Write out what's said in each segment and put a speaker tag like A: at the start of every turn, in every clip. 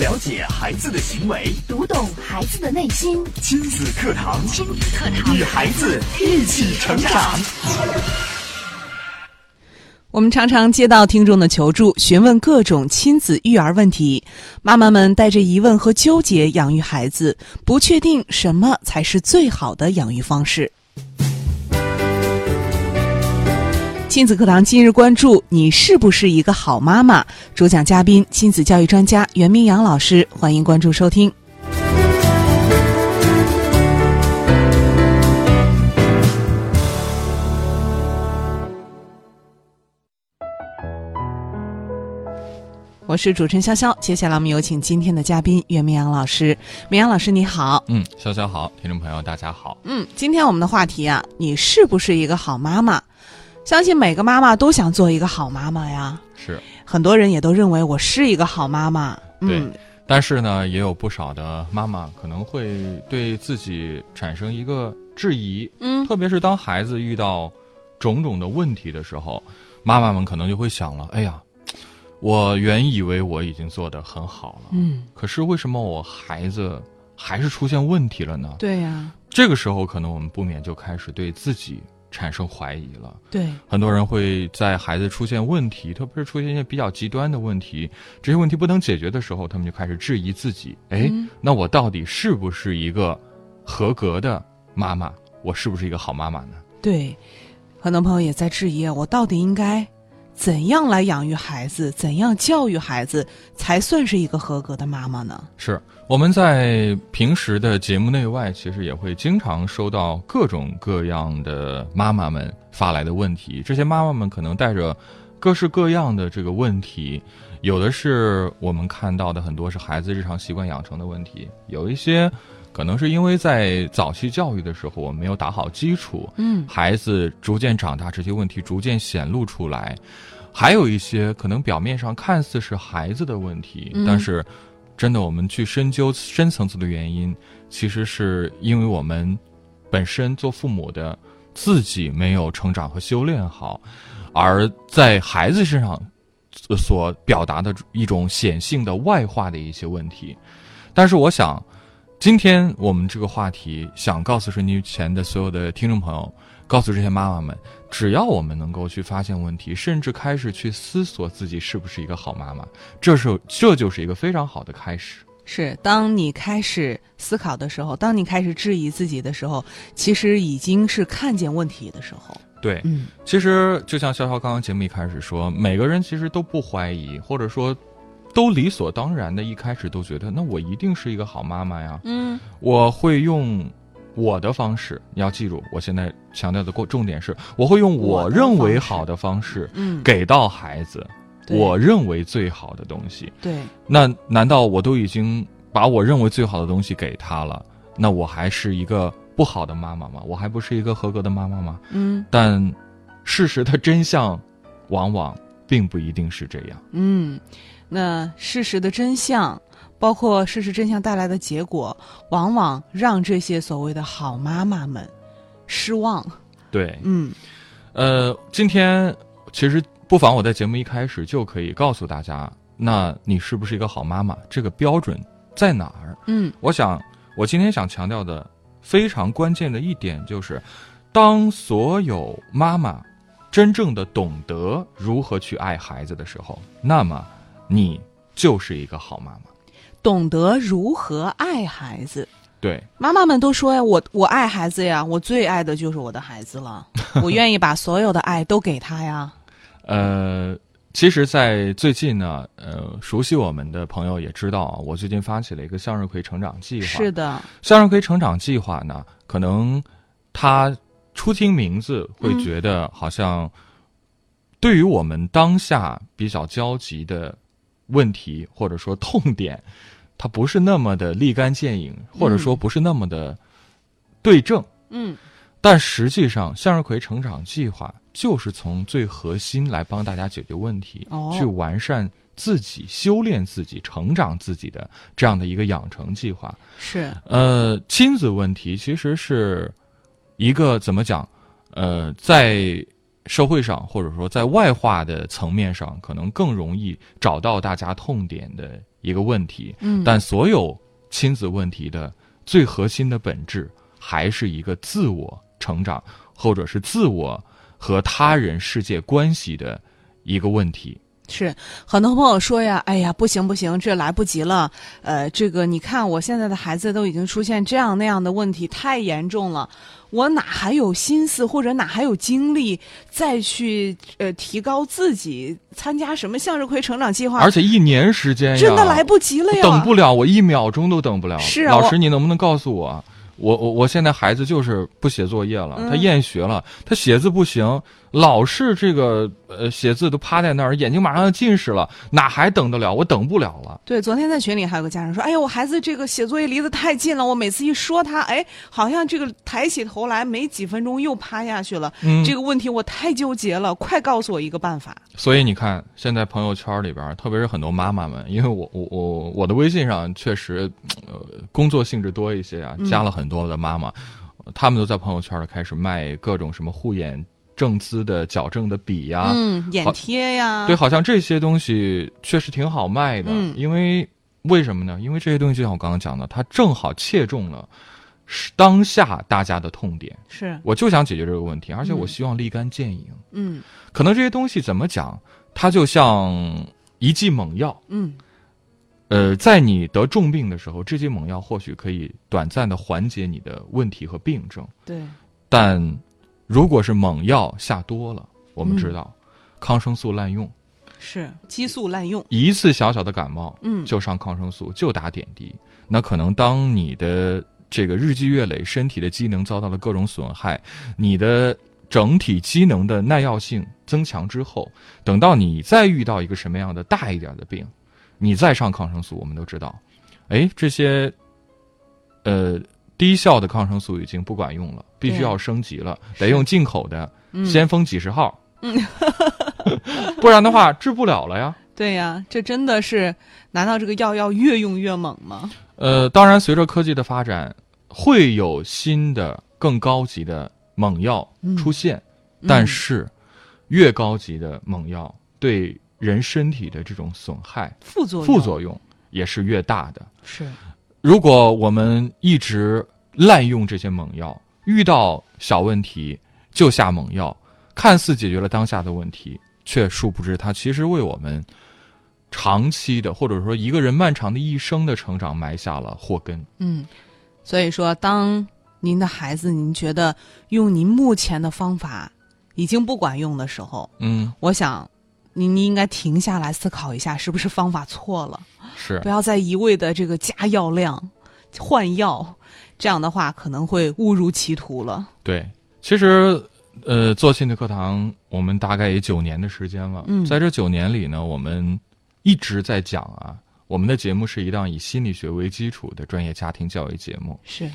A: 了解孩子的行为，
B: 读懂孩子的内心。
A: 亲子课堂，
B: 亲子课堂，
A: 与孩子一起成长。
C: 我们常常接到听众的求助，询问各种亲子育儿问题。妈妈们带着疑问和纠结养育孩子，不确定什么才是最好的养育方式。亲子课堂今日关注：你是不是一个好妈妈？主讲嘉宾：亲子教育专家袁明阳老师。欢迎关注收听。我是主持人潇潇，接下来我们有请今天的嘉宾袁明阳老师。明阳老师，你好。
D: 嗯，潇潇好，听众朋友大家好。
C: 嗯，今天我们的话题啊，你是不是一个好妈妈？相信每个妈妈都想做一个好妈妈呀。
D: 是，
C: 很多人也都认为我是一个好妈妈。
D: 对。
C: 嗯，
D: 但是呢，也有不少的妈妈可能会对自己产生一个质疑，
C: 嗯
D: 特别是当孩子遇到种种的问题的时候，妈妈们可能就会想了：哎呀，我原以为我已经做得很好了，
C: 嗯，
D: 可是为什么我孩子还是出现问题了呢？
C: 对呀、
D: 这个时候，可能我们不免就开始对自己产生怀疑了。
C: 对，
D: 很多人会在孩子出现问题，特别是出现一些比较极端的问题，这些问题不能解决的时候，他们就开始质疑自己：哎，
C: 嗯
D: 那我到底是不是一个合格的妈妈？我是不是一个好妈妈呢？
C: 对，很多朋友也在质疑我到底应该怎样来养育孩子，怎样教育孩子，才算是一个合格的妈妈呢？
D: 是我们在平时的节目内外，其实也会经常收到各种各样的妈妈们发来的问题。这些妈妈们可能带着各式各样的这个问题，有的是我们看到的很多是孩子日常习惯养成的问题，有一些可能是因为在早期教育的时候我们没有打好基础，
C: 嗯，
D: 孩子逐渐长大，这些问题逐渐显露出来。还有一些可能表面上看似是孩子的问题，
C: 嗯
D: 但是真的我们去深究深层次的原因，其实是因为我们本身做父母的自己没有成长和修炼好，而在孩子身上呃所表达的一种显性的外化的一些问题。但是我想，今天我们这个话题想告诉收音机前的所有的听众朋友，告诉这些妈妈们，只要我们能够去发现问题，甚至开始去思索自己是不是一个好妈妈，这是这就是一个非常好的开始。
C: 是，当你开始思考的时候，当你开始质疑自己的时候，其实已经是看见问题的时候。
D: 对，
C: 嗯，
D: 其实就像潇潇刚刚节目一开始说，每个人其实都不怀疑，或者说。都理所当然的，一开始都觉得，那我一定是一个好妈妈呀。
C: 嗯，
D: 我会用我的方式，你要记住，我现在强调的过重点是，我会用我
C: 我的
D: 认
C: 方
D: 为
C: 式
D: 好的方式
C: 嗯，
D: 给到孩子，
C: 对
D: 我认为最好的东西。
C: 对，
D: 那难道我都已经把我认为最好的东西给他了，那我还是一个不好的妈妈吗？我还不是一个合格的妈妈吗？
C: 嗯
D: 但事实的真相，往往并不一定是这样。
C: 嗯，那事实的真相，包括事实真相带来的结果，往往让这些所谓的好妈妈们失望。
D: 对，
C: 嗯
D: 呃，今天其实不妨我在节目一开始就可以告诉大家，那你是不是一个好妈妈？这个标准在哪儿？
C: 嗯
D: 我想，我今天想强调的非常关键的一点就是，当所有妈妈真正的懂得如何去爱孩子的时候，那么你就是一个好妈妈。
C: 懂得如何爱孩子。
D: 对，
C: 妈妈们都说呀，我我爱孩子呀，我最爱的就是我的孩子了， 我愿意把所有的爱都给他呀。
D: 呃，其实，在最近呢，呃，熟悉我们的朋友也知道啊，我最近发起了一个向日葵成长计划。
C: 是的，
D: 向日葵成长计划呢，可能它初听名字会觉得好像对于我们当下比较焦急的问题或者说痛点，它不是那么的立竿见影，或者说不是那么的对症。
C: 嗯，
D: 但实际上，向日葵成长计划就是从最核心来帮大家解决问题，
C: 哦
D: 去完善自己、修炼自己、成长自己的这样的一个养成计划。
C: 是，
D: 呃，亲子问题其实是一个怎么讲？呃，在社会上或者说在外化的层面上，可能更容易找到大家痛点的一个问题。
C: 嗯
D: 但所有亲子问题的最核心的本质，还是一个自我成长，或者是自我和他人世界关系的一个问题。
C: 是很多朋友说呀，哎呀，不行不行，这来不及了。呃，这个你看我现在的孩子都已经出现这样那样的问题，太严重了，我哪还有心思或者哪还有精力再去呃提高自己，参加什么向日葵成长计划？
D: 而且一年时间呀，
C: 真的来不及了哎呀！
D: 等不了，我一秒钟都等不了。
C: 是啊
D: 老
C: 我
D: 师，你能不能告诉我，我我我现在孩子就是不写作业了，
C: 嗯
D: 他厌学了，他写字不行，老是这个呃写字都趴在那儿，眼睛马上要近视了，哪还等得了？我等不了了。
C: 对，昨天在群里还有个家长说：“哎呀，我孩子这个写作业离得太近了，我每次一说他，哎，好像这个抬起头来没几分钟又趴下去了。
D: 嗯
C: 这个问题我太纠结了，快告诉我一个办法。
D: 所以你看，现在朋友圈里边儿，特别是很多妈妈们，因为我我我我的微信上确实，呃，工作性质多一些啊，加了很多的妈妈，呃她们都在朋友圈儿开始卖各种什么护眼正资的矫正的笔呀、
C: 嗯，眼
D: 啊好
C: 贴呀，
D: 对，好像这些东西确实挺好卖的，
C: 嗯
D: 因为为什么呢？因为这些东西就像我刚刚讲的，它正好切中了是当下大家的痛点。
C: 是，
D: 我就想解决这个问题，而且我
C: 嗯
D: 希望立竿见影。
C: 嗯
D: 可能这些东西怎么讲，它就像一剂猛药，
C: 嗯，
D: 呃，在你得重病的时候，这剂猛药或许可以短暂的缓解你的问题和病症。
C: 对，
D: 但如果是猛药下多了，我们
C: 嗯
D: 知道、抗生素滥用，
C: 是激素滥用，
D: 一次小小的感冒，
C: 嗯，
D: 就上抗生素，就打点滴。那可能当你的这个日积月累，身体的机能遭到了各种损害，你的整体机能的耐药性增强之后，等到你再遇到一个什么样的大一点的病，你再上抗生素，我们都知道，哎，这些，呃。低效的抗生素已经不管用了，必须
C: 对
D: 要升级了，得用进口的
C: 嗯
D: 先锋几 十号，不然的话治不了了呀。
C: 对呀，这真的是，难道这个药要越用越猛吗？
D: 呃，当然，随着科技的发展，会有新的、更高级的猛药嗯
C: 嗯
D: 出现，但是越高级的猛药对人身体的这种损害、
C: 副作用，
D: 副作用也是越大的。
C: 是，
D: 如果我们一直滥用这些猛药，遇到小问题就下猛药，看似解决了当下的问题，却殊不知它其实为我们长期的，或者说一个人漫长的一生的成长埋下了祸根。
C: 嗯，所以说，当您的孩子您觉得用您目前的方法已经不管用的时候，
D: 嗯，
C: 我想。您您应该停下来思考一下，是不是方法错了？
D: 是
C: 不要再一味的这个加药量、换药，这样的话可能会误入歧途了。
D: 对。其实，呃，做亲子课堂，我们大概也九年的时间了。
C: 嗯
D: 在这九年里呢，我们一直在讲啊，我们的节目是一档以心理学为基础的专业家庭教育节目。
C: 是，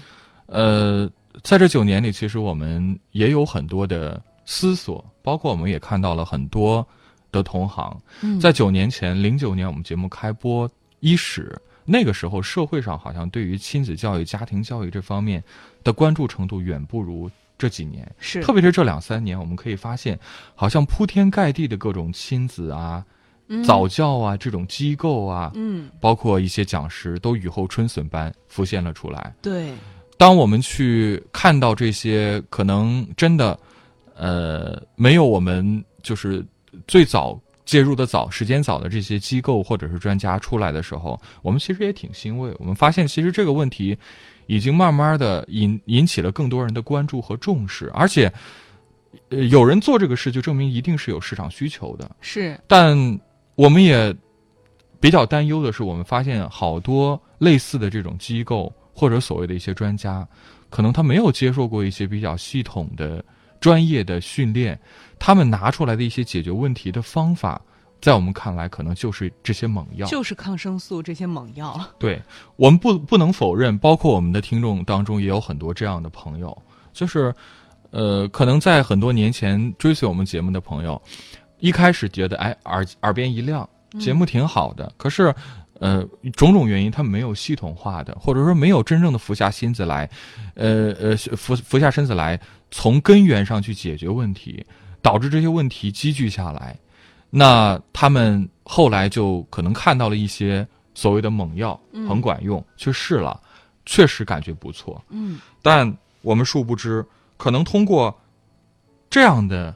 D: 呃，在这九年里，其实我们也有很多的思索，包括我们也看到了很多的同行。
C: 嗯
D: 在九年前，零九年我们节目开播伊始，那个时候社会上好像对于亲子教育、家庭教育这方面的关注程度远不如这几年。
C: 是
D: 特别是这两三年，我们可以发现，好像铺天盖地的各种亲子啊、早教啊这种机构啊，
C: 嗯，
D: 包括一些讲师，都雨后春笋般浮现了出来。
C: 对，
D: 当我们去看到这些可能真的，呃，没有我们就是最早介入的早、时间早的这些机构或者是专家出来的时候，我们其实也挺欣慰。我们发现，其实这个问题已经慢慢的引引起了更多人的关注和重视，而且，呃，有人做这个事，就证明一定是有市场需求的。
C: 是，
D: 但我们也比较担忧的是，我们发现好多类似的这种机构或者所谓的一些专家，可能他没有接受过一些比较系统的专业的训练，他们拿出来的一些解决问题的方法，在我们看来，可能就是这些猛药。
C: 就是抗生素这些猛药。
D: 对我们不不能否认，包括我们的听众当中也有很多这样的朋友，就是，呃，可能在很多年前追随我们节目的朋友，一开始觉得哎耳耳边一亮，节目挺好的，可是。呃，种种原因，他们没有系统化的，或者说没有真正的俯下心思来，呃呃，俯俯下身子来，从根源上去解决问题，导致这些问题积聚下来，那他们后来就可能看到了一些所谓的猛药很管用，去试了，确实感觉不错。
C: 嗯，
D: 但我们殊不知，可能通过这样的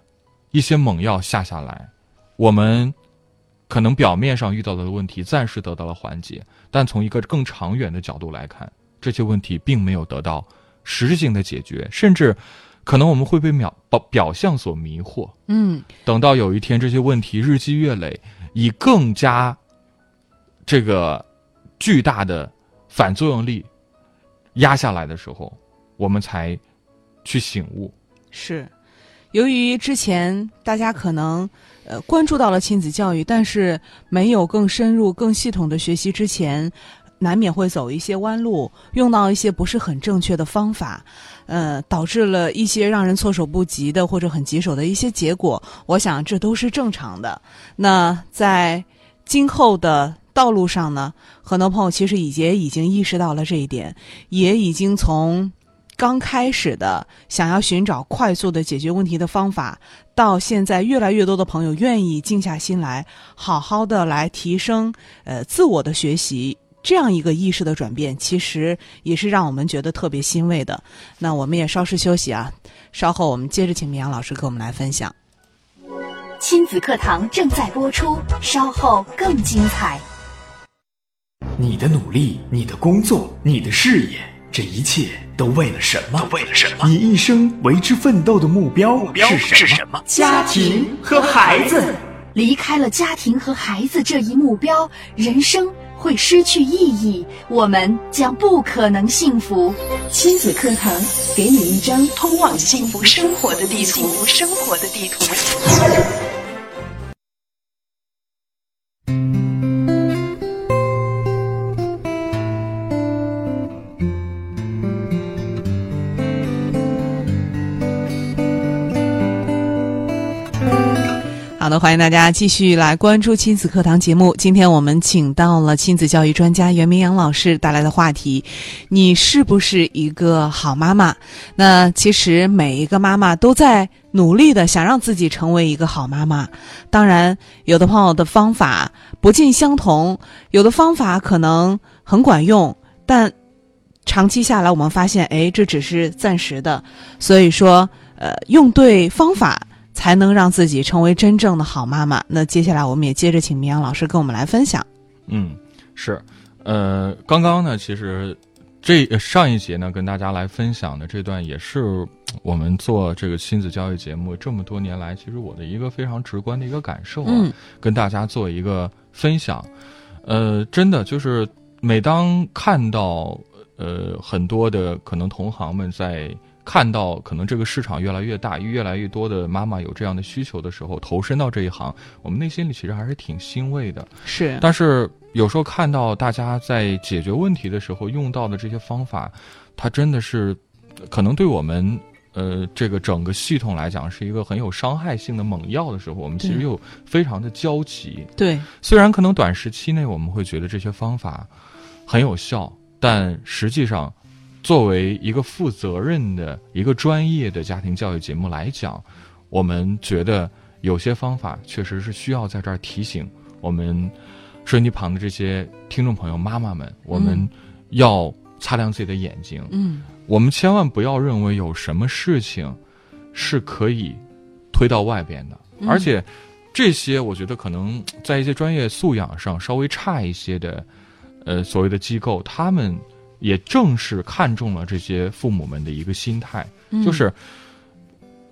D: 一些猛药下下来，我们可能表面上遇到的问题暂时得到了缓解，但从一个更长远的角度来看，这些问题并没有得到实质性的解决，甚至可能我们会被表表表象所迷惑。
C: 嗯，
D: 等到有一天这些问题日积月累，以更加这个巨大的反作用力压下来的时候，我们才去醒悟。
C: 是。由于之前大家可能呃关注到了亲子教育，但是没有更深入、更系统的学习之前，难免会走一些弯路，用到一些不是很正确的方法，呃，导致了一些让人措手不及的或者很棘手的一些结果。我想这都是正常的。那在今后的道路上呢，很多朋友其实已也已经意识到了这一点，也已经从刚开始的想要寻找快速的解决问题的方法，到现在越来越多的朋友愿意静下心来，好好的来提升呃自我的学习。这样一个意识的转变，其实也是让我们觉得特别欣慰的。那我们也稍事休息啊，稍后我们接着请明阳老师给我们来分享。
B: 亲子课堂正在播出，稍后更精彩。
A: 你的努力，你的工作，你的事业，这一切都为了什么？都为了什么？你一生为之奋斗的目标是什么？
B: 家庭和孩子，离开了家庭和孩子这一目标，人生会失去意义，我们将不可能幸福。亲子课堂给你一张通往幸福生活的地图。生活的地图。
C: 好的，欢迎大家继续来关注亲子课堂节目。今天我们请到了亲子教育专家袁明阳老师带来的话题：你是不是一个好妈妈？那其实每一个妈妈都在努力的想让自己成为一个好妈妈。当然，有的朋友的方法不尽相同，有的方法可能很管用，但长期下来，我们发现，哎，这只是暂时的。所以说，呃，用对方法才能让自己成为真正的好妈妈。那接下来，我们也接着请明阳老师跟我们来分享。
D: 嗯，是，呃，刚刚呢，其实这呃上一节呢，跟大家来分享的这段，也是呃我们做这个亲子教育节目这么多年来，其实我的一个非常直观的一个感受啊，
C: 嗯
D: 跟大家做一个分享。呃，真的就是每当看到呃很多的可能同行们在。看到可能这个市场越来越大，越来越多的妈妈有这样的需求的时候，投身到这一行，我们内心里其实还是挺欣慰的。
C: 是，
D: 但是有时候看到大家在解决问题的时候用到的这些方法，它真的是呃可能对我们呃这个整个系统来讲是一个很有伤害性的猛药的时候，我们其实
C: 对
D: 又非常的焦急。
C: 对，
D: 虽然可能短时期内我们会觉得这些方法很有效，但实际上，作为一个负责任的、一个专业的家庭教育节目来讲，我们觉得有些方法确实是需要在这儿提醒我们收音机旁的这些听众朋友、妈妈们，我们要擦亮自己的眼睛，
C: 嗯，
D: 我们千万不要认为有什么事情是可以推到外边的，而且这些我觉得可能在一些专业素养上稍微差一些的，呃，所谓的机构，他们也正是看中了这些父母们的一个心态，
C: 嗯
D: 就是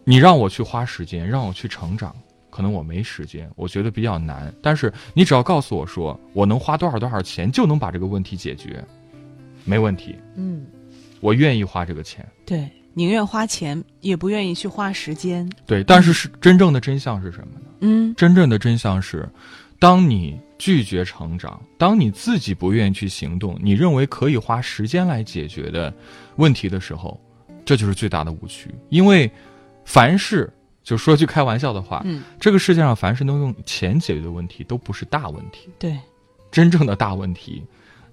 D: 你让我去花时间，让我去成长。可能我没时间，我觉得比较难。但是你只要告诉我说，我能花多少多少钱就能把这个问题解决，没问题。
C: 嗯，
D: 我愿意花这个钱。
C: 对，宁愿花钱也不愿意去花时间。
D: 对，但是是真正的真相是什么呢？
C: 嗯，
D: 真正的真相是，当你拒绝成长，当你自己不愿意去行动，你认为可以花时间来解决的问题的时候，这就是最大的误区。因为凡是就说句开玩笑的话，
C: 嗯，
D: 这个世界上凡是能用钱解决的问题都不是大问题，
C: 对，
D: 真正的大问题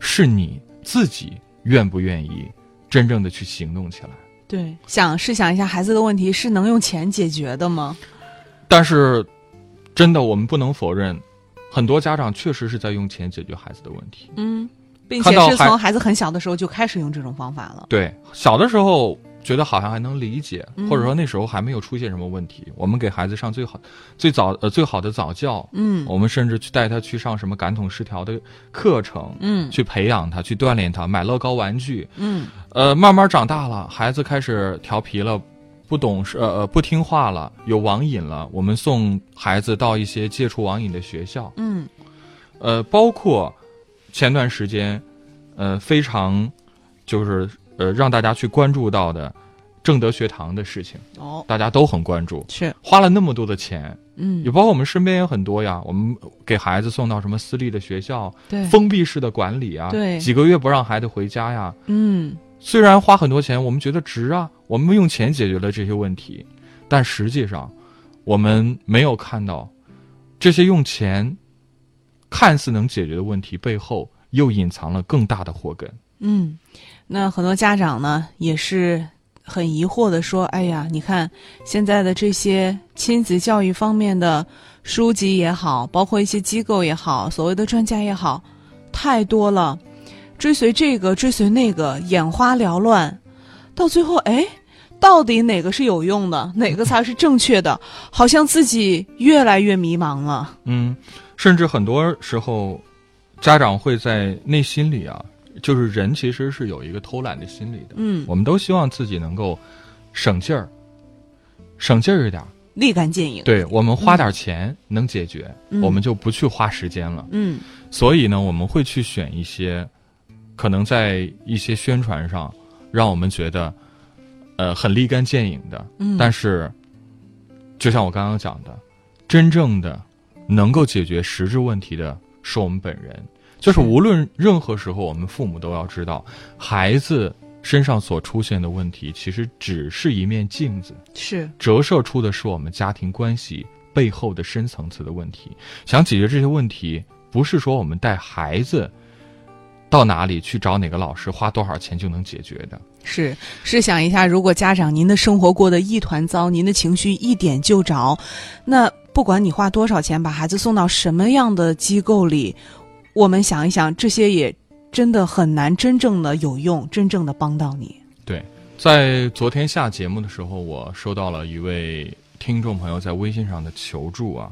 D: 是你自己愿不愿意真正的去行动起来。
C: 对，想试想一下，孩子的问题是能用钱解决的吗？
D: 但是，真的我们不能否认，很多家长确实是在用钱解决孩子的问题。
C: 嗯，并
D: 看
C: 且
D: 到
C: 是
D: 孩
C: 从孩子很小的时候就开始用这种方法了。
D: 对，小的时候觉得好像还能理解，
C: 嗯
D: 或者说那时候还没有出现什么问题。我们给孩子上最好、最早呃最好的早教，
C: 嗯
D: 我们甚至去带他去上什么感统失调的课程，
C: 嗯
D: 去培养他，去锻炼他，买乐高玩具。
C: 嗯
D: 呃，慢慢长大了，孩子开始调皮了。不懂事，呃呃，不听话了，有网瘾了。我们送孩子到一些戒除网瘾的学校，
C: 嗯
D: 呃，包括前段时间，呃，非常就是呃让大家去关注到的正德学堂的事情，
C: 哦
D: 大家都很关注。
C: 是
D: 花了那么多的钱，
C: 嗯
D: 也包括我们身边有很多呀，我们给孩子送到什么私立的学校，
C: 对
D: 封闭式的管理啊，
C: 对
D: 几个月不让孩子回家呀。
C: 嗯
D: 虽然花很多钱，我们觉得值啊，我们用钱解决了这些问题，但实际上，我们没有看到这些用钱看似能解决的问题背后，又隐藏了更大的祸根。
C: 嗯，那很多家长呢也是很疑惑的说：“哎呀，你看现在的这些亲子教育方面的书籍也好，包括一些机构也好，所谓的专家也好，太多了，追随这个追随那个，眼花缭乱，到最后哎。”到底哪个是有用的，哪个才是正确的？好像自己越来越迷茫了。
D: 嗯，甚至很多时候，家长会在内心里啊，就是人其实是有一个偷懒的心理的。
C: 嗯，
D: 我们都希望自己能够省劲儿，省劲儿一点儿。
C: 立竿见影。
D: 对我们花点钱能解决，
C: 嗯
D: 我们就不去花时间了。
C: 嗯
D: 所以呢，我们会去选一些，可能在一些宣传上，让我们觉得，呃，很立竿见影的。
C: 嗯
D: 但是，就像我刚刚讲的，真正的能够解决实质问题的是我们本人。就是无论任何时候，我们父母都要知道，孩子身上所出现的问题，其实只是一面镜子。
C: 是
D: 折射出的是我们家庭关系背后的深层次的问题。想解决这些问题，不是说我们带孩子到哪里去找哪个老师，花多少钱就能解决的。
C: 是，试想一下，如果家长您的生活过得一团糟，您的情绪一点就着，那不管你花多少钱把孩子送到什么样的机构里，我们想一想，这些也真的很难真正的有用，真正的帮到你。
D: 对，在昨天下节目的时候，我收到了一位听众朋友在微信上的求助啊，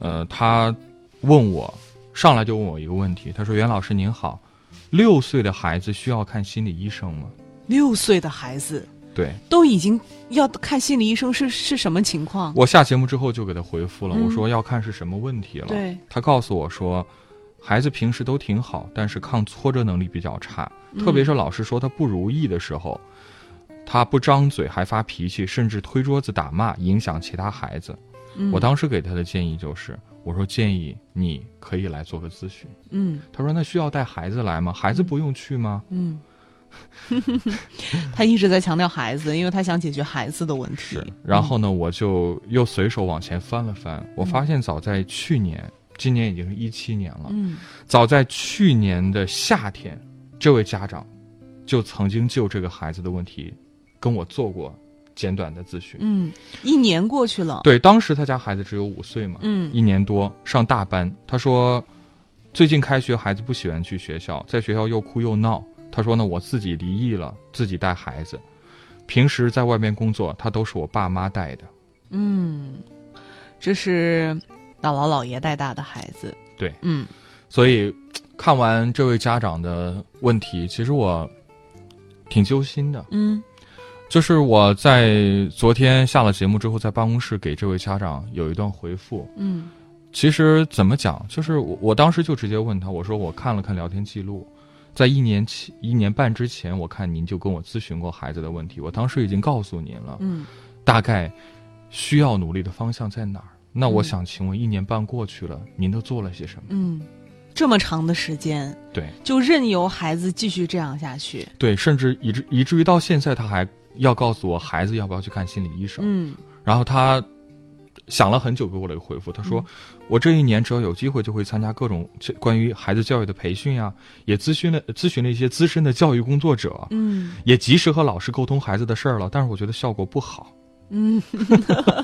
D: 呃，他问我，上来就问我一个问题，他说：“袁老师您好，六岁的孩子需要看心理医生吗
C: 六岁的孩子？”
D: 对，
C: 都已经要看心理医生是是什么情况？
D: 我下节目之后就给他回复了，
C: 嗯
D: 我说要看是什么问题了。
C: 对，
D: 他告诉我说，孩子平时都挺好，但是抗挫折能力比较差，特别是老师说他不如意的时候，他不张嘴还发脾气，甚至推桌子打骂，影响其他孩子。
C: 嗯
D: 我当时给他的建议就是，我说建议你可以来做个咨询。
C: 嗯
D: 他说那需要带孩子来吗？孩子不用去吗？
C: 嗯，他一直在强调孩子，因为他想解决孩子的问题。
D: 是，然后呢，我就又随手往前翻了翻，我发现早在去年，今年已经是一七年了，
C: 嗯
D: 早在去年的夏天，这位家长就曾经就这个孩子的问题跟我做过简短的咨询。
C: 嗯，一年过去了。
D: 对，当时他家孩子只有五岁嘛，
C: 嗯
D: 一年多上大班，他说最近开学，孩子不喜欢去学校，在学校又哭又闹。他说呢，我自己离异了，自己带孩子，平时在外面工作，他都是我爸妈带的。
C: 嗯，这是姥姥姥爷带大的孩子。
D: 对，
C: 嗯
D: 所以看完这位家长的问题，其实我挺揪心的。
C: 嗯
D: 就是我在昨天下了节目之后，在办公室给这位家长有一段回复。
C: 嗯
D: 其实怎么讲，就是我我当时就直接问他，我说我看了看聊天记录，在一年前一年半之前，我看您就跟我咨询过孩子的问题，我当时已经告诉您了，
C: 嗯
D: 大概需要努力的方向在哪儿。那我
C: 嗯
D: 想请问，一年半过去了，您都做了些什么？
C: 嗯，这么长的时间，
D: 对
C: 就任由孩子继续这样下去。
D: 对，甚至以至以至于到现在，他还要告诉我孩子要不要去看心理医生。
C: 嗯
D: 然后他想了很久给我了一个回复，他
C: 嗯
D: 说：“我这一年只要有机会就会参加各种这关于孩子教育的培训啊，也咨询了咨询了一些资深的教育工作者，
C: 嗯
D: 也及时和老师沟通孩子的事儿了，但是我觉得效果不好。
C: 嗯，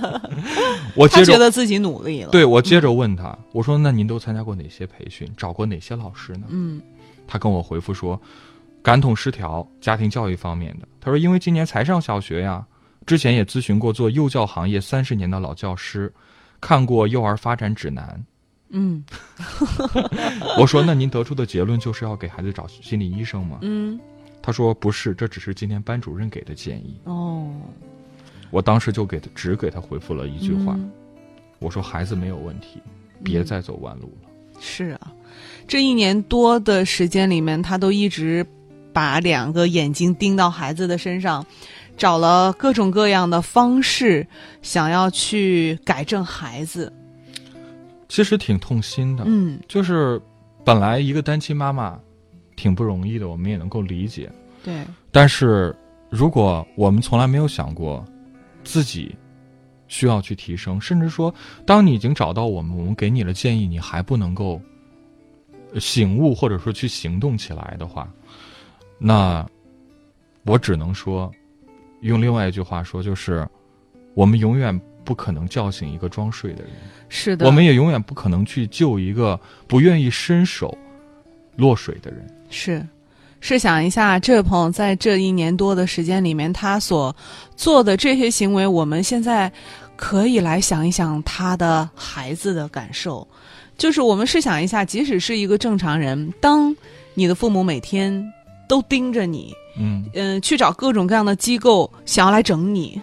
D: 我
C: 他
D: 接
C: 觉
D: 着
C: 得自己努力了。，
D: 对我接着问他，我说那您都参加过哪些培训，找过哪些老师呢？
C: 嗯
D: 他跟我回复说，感统失调、家庭教育方面的。他说，因为今年才上小学呀，之前也咨询过做幼教行业三十年的老教师，看过幼儿发展指南。
C: 嗯
D: 我说，那您得出的结论就是要给孩子找心理医生吗？
C: 嗯，
D: 他说不是，这只是今天班主任给的建议。
C: 哦，
D: 我当时就给他只给他回复了一句话，
C: 嗯
D: 我说孩子没有问题，别再走弯路了。
C: 是啊，这一年多的时间里面，他都一直把两个眼睛盯到孩子的身上，找了各种各样的方式，想要去改正孩子。
D: 其实挺痛心的，
C: 嗯
D: 就是本来一个单亲妈妈挺不容易的，我们也能够理解。
C: 对，
D: 但是如果我们从来没有想过自己需要去提升，甚至说，当你已经找到我们，我们给你了建议，你还不能够呃醒悟或者说去行动起来的话，那我只能说，用另外一句话说，就是我们永远。不可能叫醒一个装睡的人，
C: 是的，
D: 我们也永远不可能去救一个不愿意伸手落水的人。
C: 是，试想一下，这位朋友在这一年多的时间里面，他所做的这些行为，我们现在可以来想一想他的孩子的感受。就是我们试想一下，即使是一个正常人，当你的父母每天都盯着你，
D: 嗯，
C: 嗯、去找各种各样的机构想要来整你。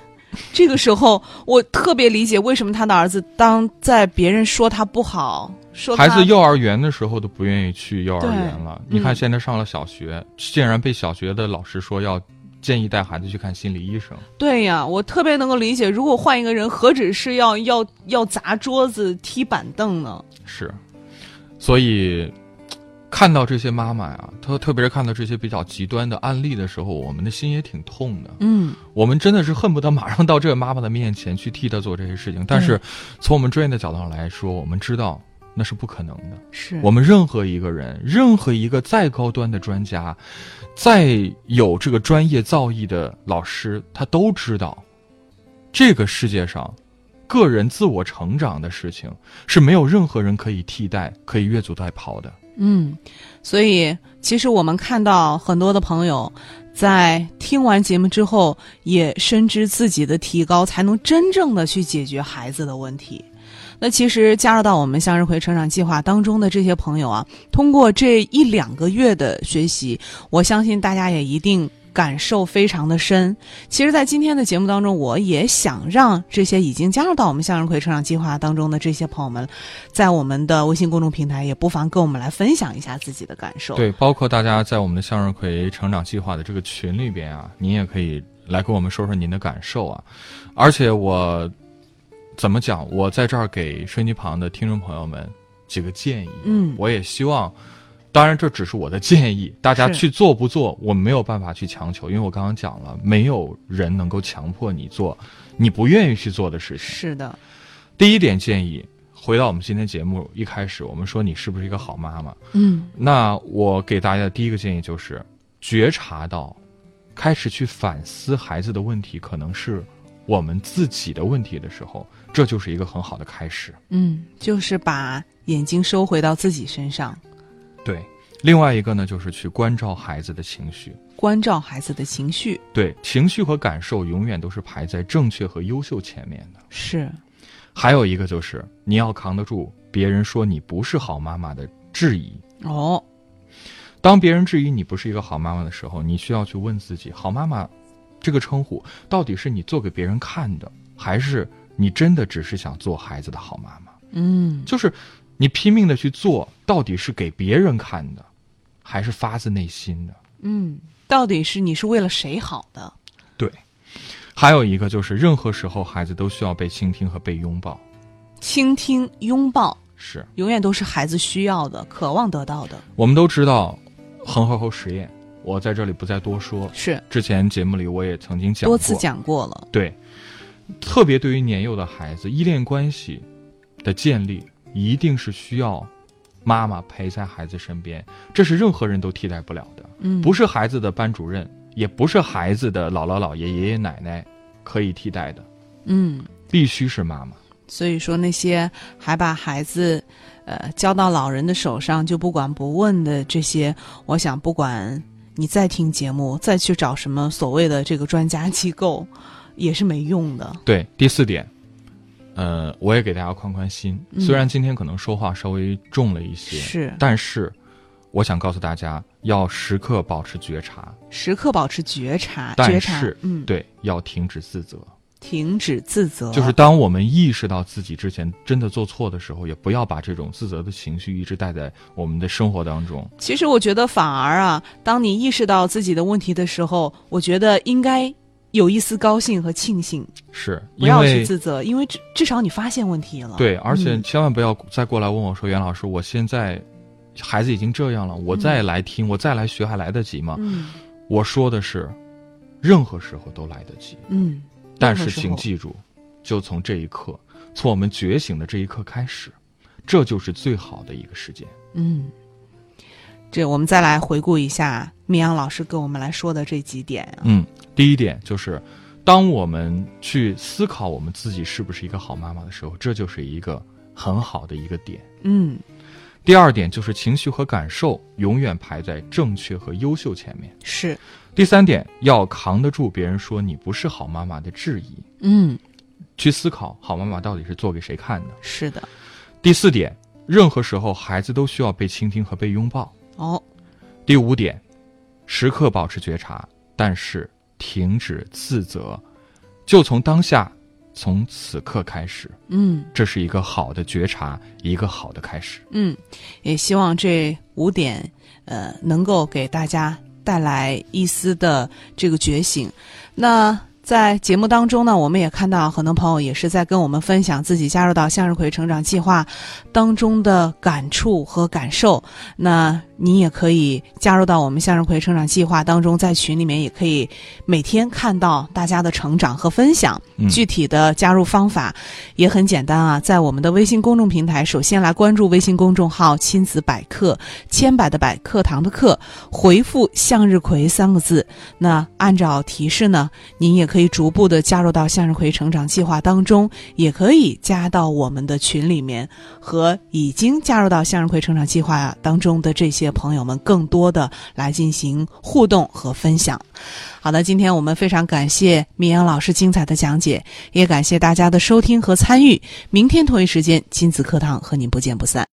C: 这个时候，我特别理解为什么他的儿子当在别人说他不好，说他
D: 孩子幼儿园的时候都不愿意去幼儿园了。
C: 对
D: 你看
C: 嗯
D: 现在上了小学，竟然被小学的老师说要建议带孩子去看心理医生。
C: 对呀，我特别能够理解，如果换一个人，何止是要要要砸桌子、踢板凳呢？
D: 是，所以看到这些妈妈呀，她特别是看到这些比较极端的案例的时候，我们的心也挺痛的。
C: 嗯，
D: 我们真的是恨不得马上到这个妈妈的面前去替她做这些事情，但是从我们专业的角度上来说，我们知道那是不可能的。
C: 是
D: 我们任何一个人，任何一个再高端的专家，再有这个专业造诣的老师，他都知道，这个世界上，个人自我成长的事情是没有任何人可以替代、可以越俎代庖的。
C: 嗯，所以其实我们看到很多的朋友在听完节目之后，也深知自己的提高才能真正的去解决孩子的问题。那其实加入到我们向日葵成长计划当中的这些朋友啊，通过这一两个月的学习，我相信大家也一定感受非常的深。其实，在今天的节目当中，我也想让这些已经加入到我们向日葵成长计划当中的这些朋友们在我们的微信公众平台，也不妨跟我们来分享一下自己的感受。，
D: 对，包括大家在我们的向日葵成长计划的这个群里边啊，您也可以来跟我们说说您的感受啊。而且我怎么讲，我在这儿给收音机旁的听众朋友们几个建议。啊
C: 嗯
D: 我也希望，当然这只是我的建议，大家
C: 是
D: 去做不做，我没有办法去强求，因为我刚刚讲了，没有人能够强迫你做你不愿意去做的事情。
C: 是的，
D: 第一点建议，回到我们今天节目一开始，我们说你是不是一个好妈妈？
C: 嗯
D: 那我给大家的第一个建议就是，觉察到，开始去反思孩子的问题，可能是我们自己的问题的时候，这就是一个很好的开始。
C: 嗯，就是把眼睛收回到自己身上，
D: 对，另外一个呢，就是去关照孩子的情绪。
C: 关照孩子的情绪。
D: 对，情绪和感受永远都是排在正确和优秀前面的。
C: 是，
D: 还有一个就是，你要扛得住别人说你不是好妈妈的质疑。
C: 哦，
D: 当别人质疑你不是一个好妈妈的时候，你需要去问自己：好妈妈这个称呼到底是你做给别人看的，还是你真的只是想做孩子的好妈妈？
C: 嗯，
D: 就是你拼命的去做，到底是给别人看的，还是发自内心的？
C: 嗯，到底是你是为了谁好的？
D: 对。还有一个就是，任何时候孩子都需要被倾听和被拥抱。
C: 倾听、拥抱，
D: 是
C: 永远都是孩子需要的、渴望得到的。
D: 我们都知道恒河猴实验，我在这里不再多说。
C: 是，
D: 之前节目里我也曾经讲过
C: 多次讲过了。
D: 对，特别对于年幼的孩子，依恋关系的建立一定是需要妈妈陪在孩子身边，这是任何人都替代不了的。
C: 嗯，
D: 不是孩子的班主任，也不是孩子的姥姥姥爷、爷爷奶奶可以替代的。
C: 嗯，
D: 必须是妈妈。
C: 所以说那些还把孩子，呃，交到老人的手上就不管不问的这些，我想不管你再听节目，再去找什么所谓的这个专家机构， 也是没用的。
D: 对，第四点，呃，我也给大家宽宽心。
C: 嗯
D: 虽然今天可能说话稍微重了一些，
C: 是
D: 但是我想告诉大家，要时刻保持觉察，
C: 时刻保持觉察，
D: 但
C: 觉察
D: 是，，
C: 嗯，
D: 对，要停止自责。
C: 停止自责，
D: 就是当我们意识到自己之前真的做错的时候，也不要把这种自责的情绪一直带在我们的生活当中。
C: 其实我觉得，反而啊，当你意识到自己的问题的时候，我觉得应该有一丝高兴和庆幸，
D: 是
C: 不
D: 因
C: 要去
D: 为
C: 自责，因为至至少你发现问题了。
D: 对，而且
C: 嗯
D: 千万不要再过来问我说：“袁老师，我现在孩子已经这样了，我再来听，我再来学还来得及吗？”
C: 嗯
D: 我说的是，任何时候都来得及，
C: 嗯，
D: 但
C: 任
D: 是
C: 何时候
D: 请记住，就从这一刻，从我们觉醒的这一刻开始，这就是最好的一个时间。
C: 嗯，这我们再来回顾一下明阳老师跟我们来说的这几点啊。
D: 嗯，第一点就是，当我们去思考我们自己是不是一个好妈妈的时候，这就是一个很好的一个点。
C: 嗯
D: 第二点就是情绪和感受永远排在正确和优秀前面。
C: 是，
D: 第三点，要扛得住别人说你不是好妈妈的质疑，
C: 嗯
D: 去思考好妈妈到底是做给谁看的。
C: 是的，
D: 第四点，任何时候孩子都需要被倾听和被拥抱。
C: 哦，
D: 第五点，时刻保持觉察，但是停止自责，就从当下，从此刻开始，
C: 嗯。
D: 这是一个好的觉察，一个好的开始。
C: 嗯，也希望这五点，呃，能够给大家带来一丝的这个觉醒。那在节目当中呢，我们也看到很多朋友也是在跟我们分享自己加入到向日葵成长计划当中的感触和感受。那你也可以加入到我们向日葵成长计划当中，在群里面也可以每天看到大家的成长和分享。
D: 嗯
C: 具体的加入方法也很简单啊，在我们的微信公众平台，首先来关注微信公众号“亲子百科”，千百的百，课堂的课，回复“向日葵”三个字。那按照提示呢，您也可以逐步的加入到向日葵成长计划当中，也可以加到我们的群里面，和已经加入到向日葵成长计划当中的这些朋友们更多的来进行互动和分享。好的，今天我们非常感谢米阳老师精彩的讲解，也感谢大家的收听和参与。明天同一时间，亲子课堂和您不见不散。